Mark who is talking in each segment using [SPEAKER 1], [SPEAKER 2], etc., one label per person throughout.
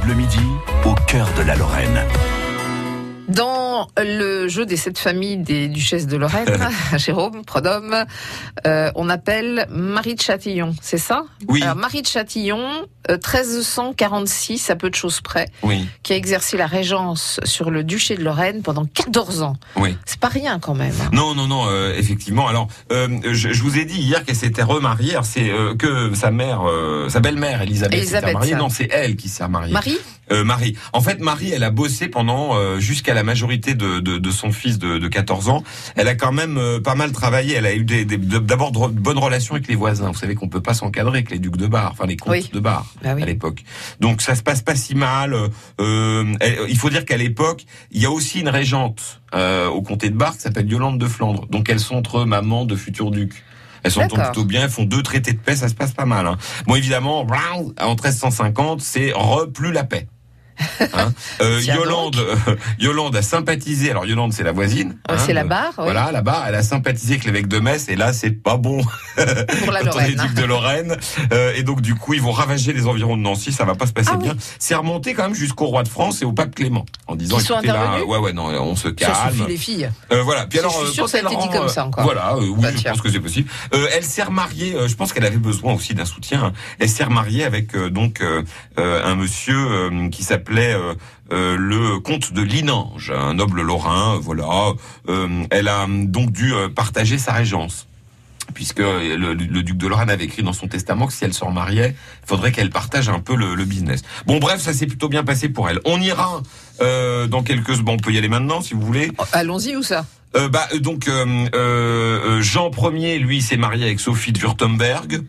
[SPEAKER 1] Bleu Midi, au cœur de la Lorraine.
[SPEAKER 2] Dans le jeu des sept familles des duchesses de Lorraine, Jérôme, Prodhomme, euh, on appelle Marie de Châtillon, c'est ça
[SPEAKER 3] Oui.
[SPEAKER 2] Alors, Marie de Châtillon, euh, 1346, à peu de choses près,
[SPEAKER 3] Oui,
[SPEAKER 2] qui a exercé la régence sur le duché de Lorraine pendant 14 ans.
[SPEAKER 3] oui.
[SPEAKER 2] C'est pas rien quand même. hein.
[SPEAKER 3] Non, non, non, euh, effectivement. Alors, euh, je, je vous ai dit hier qu'elle s'était remariée. Alors, c'est euh, que sa mère, euh, sa belle-mère, Elisabeth,
[SPEAKER 2] Élisabeth,
[SPEAKER 3] s'était remariée.
[SPEAKER 2] ça.
[SPEAKER 3] Non, c'est elle qui s'est remariée.
[SPEAKER 2] Marie
[SPEAKER 3] Euh, Marie. En fait, Marie, elle a bossé pendant euh, jusqu'à la majorité de, de, de son fils de, de 14 ans. Elle a quand même euh, pas mal travaillé. Elle a eu des, des- de- d'abord de bonnes relations avec les voisins. Vous savez qu'on peut pas s'encadrer avec les ducs de Bar, enfin les comtes
[SPEAKER 2] Oui.
[SPEAKER 3] de Bar
[SPEAKER 2] Bah oui.
[SPEAKER 3] à l'époque. Donc ça se passe pas si mal. Euh, euh, elle- il faut dire qu'à l'époque, il y a aussi une régente euh, au comté de Bar qui s'appelle Yolande de Flandre. Donc elles sont entre mamans de futurs ducs. Elles s'entendent
[SPEAKER 2] D'accord.
[SPEAKER 3] plutôt bien, elles font deux traités de paix, ça se passe pas mal. hein. Bon, évidemment, brown, en 1350, c'est re plus la paix. Hein Euh,
[SPEAKER 2] Tiens donc.
[SPEAKER 3] Yolande, euh, Yolande a sympathisé. Alors Yolande, c'est la voisine.
[SPEAKER 2] Ouais,
[SPEAKER 3] hein,
[SPEAKER 2] Oh, C'est la
[SPEAKER 3] de-
[SPEAKER 2] barre, oui,
[SPEAKER 3] Voilà, là-bas, elle a sympathisé avec l'évêque de Metz, et là, c'est pas bon
[SPEAKER 2] pour la
[SPEAKER 3] quand on est
[SPEAKER 2] Lorraine. hein.
[SPEAKER 3] duc de Lorraine. Euh, et donc, du coup, ils vont ravager les environs de Nancy, ça va pas se passer
[SPEAKER 2] Ah oui.
[SPEAKER 3] bien. C'est remonté quand même jusqu'au roi de France et au pape Clément, en disant,
[SPEAKER 2] Qui sont
[SPEAKER 3] écoutez, là,
[SPEAKER 2] intervenus
[SPEAKER 3] ouais, ouais, non, on se calme.
[SPEAKER 2] Ça suffit les filles.
[SPEAKER 3] Euh, voilà. Puis
[SPEAKER 2] Je
[SPEAKER 3] alors,
[SPEAKER 2] suis sûre
[SPEAKER 3] euh, quand
[SPEAKER 2] que ça a
[SPEAKER 3] elle
[SPEAKER 2] été dit
[SPEAKER 3] rend,
[SPEAKER 2] comme
[SPEAKER 3] euh,
[SPEAKER 2] ça encore.
[SPEAKER 3] Voilà, euh, oui,
[SPEAKER 2] Bah,
[SPEAKER 3] je
[SPEAKER 2] tiens.
[SPEAKER 3] pense que c'est possible. Euh, elle s'est remariée. euh, je pense qu'elle avait besoin aussi d'un soutien. hein. Elle s'est remariée avec euh, donc euh, euh, un monsieur euh, qui s'appelait euh, euh, le comte de Linange, un noble lorrain. euh, Voilà. Euh, elle a hum, donc dû euh, partager sa régence. Puisque euh, le, le duc de Lorraine avait écrit dans son testament que si elle se remariait, il faudrait qu'elle partage un peu le, le business. Bon, bref, ça s'est plutôt bien passé pour elle. On ira euh, dans quelques... Bon, on peut y aller maintenant, si vous voulez.
[SPEAKER 2] Oh, Allons-y ou ça
[SPEAKER 3] Euh, bah, euh, donc euh, euh, euh, Jean Ier, lui, s'est marié avec Sophie de Wurtemberg.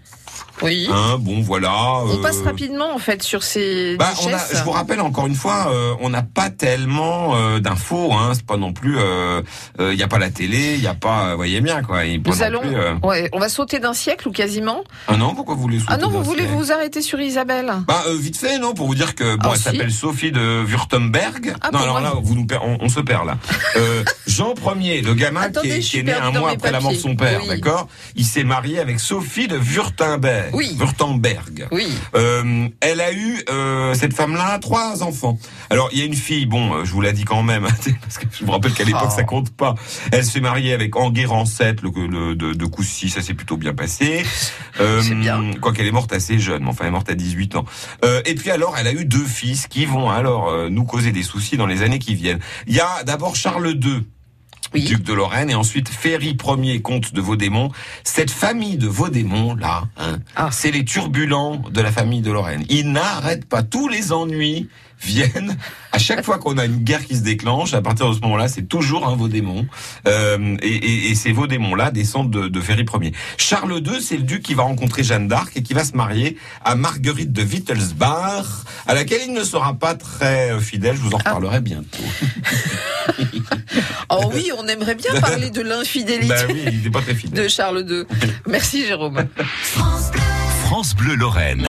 [SPEAKER 2] Oui.
[SPEAKER 3] Hein, bon, voilà.
[SPEAKER 2] On
[SPEAKER 3] euh,
[SPEAKER 2] passe rapidement en fait sur ces
[SPEAKER 3] Bah, on a,
[SPEAKER 2] duchesses.
[SPEAKER 3] je vous rappelle encore une fois, euh, on n'a pas tellement euh, d'infos. Hein, c'est pas non plus. Il euh, euh, y a pas la télé, il y a pas. euh, Vous voyez bien quoi. il y a pas
[SPEAKER 2] Nous
[SPEAKER 3] non
[SPEAKER 2] allons-
[SPEAKER 3] plus, euh,
[SPEAKER 2] Ouais, on va sauter d'un siècle ou quasiment.
[SPEAKER 3] Ah non, pourquoi vous voulez
[SPEAKER 2] Ah non,
[SPEAKER 3] sauter
[SPEAKER 2] vous
[SPEAKER 3] d'un
[SPEAKER 2] voulez
[SPEAKER 3] siècle
[SPEAKER 2] vous arrêter sur Isabelle
[SPEAKER 3] Bah euh, vite fait non pour vous dire que bon
[SPEAKER 2] Ah,
[SPEAKER 3] elle
[SPEAKER 2] si.
[SPEAKER 3] s'appelle Sophie de Wurtemberg.
[SPEAKER 2] Ah,
[SPEAKER 3] non
[SPEAKER 2] pour
[SPEAKER 3] alors
[SPEAKER 2] moi,
[SPEAKER 3] là vous nous per- on, on se perd là. Euh, Jean Ier, le gamin
[SPEAKER 2] Attendez,
[SPEAKER 3] qui
[SPEAKER 2] je
[SPEAKER 3] est, qui
[SPEAKER 2] suis
[SPEAKER 3] est né
[SPEAKER 2] perdue
[SPEAKER 3] un
[SPEAKER 2] dans
[SPEAKER 3] mois
[SPEAKER 2] mes
[SPEAKER 3] après la mort de
[SPEAKER 2] papiers.
[SPEAKER 3] son père,
[SPEAKER 2] Oui.
[SPEAKER 3] d'accord Il s'est marié avec Sophie de Wurtemberg.
[SPEAKER 2] Oui.
[SPEAKER 3] Wurtemberg.
[SPEAKER 2] Oui.
[SPEAKER 3] Euh, elle a eu euh, cette femme-là trois enfants. Alors il y a une fille, bon, euh, je vous l'ai dit quand même, parce que je vous rappelle qu'à l'époque
[SPEAKER 2] Oh.
[SPEAKER 3] ça compte pas. Elle s'est mariée avec Enguerrand VII, le, le- de, de Coucy, ça s'est plutôt bien passé. Euh,
[SPEAKER 2] C'est bien.
[SPEAKER 3] Quoiqu'elle est morte assez jeune, mais enfin elle est morte à 18 ans. Euh, et puis alors elle a eu deux fils qui vont alors euh, nous causer des soucis dans les années qui viennent. Il y a d'abord Charles II.
[SPEAKER 2] Oui.
[SPEAKER 3] Duc de Lorraine et ensuite Ferry Ier, comte de Vaudémont. Cette famille de Vaudémont là, hein,
[SPEAKER 2] Ah.
[SPEAKER 3] c'est les turbulents de la famille de Lorraine. Ils n'arrêtent pas. Tous les ennuis viennent à chaque fois qu'on a une guerre qui se déclenche. À partir de ce moment-là, c'est toujours un Vaudémont. Euh, et, et, et ces Vaudémons-là descendent de, de Ferry Ier. Charles II, c'est le duc qui va rencontrer Jeanne d'Arc et qui va se marier à Marguerite de Wittelsbach, à laquelle il ne sera pas très euh, fidèle. Je vous en reparlerai bientôt.
[SPEAKER 2] Oh oui, on aimerait bien parler de l'infidélité
[SPEAKER 3] Bah oui, il n'est pas très fidèle.
[SPEAKER 2] de Charles II. Merci Jérôme.
[SPEAKER 1] France Bleu Lorraine.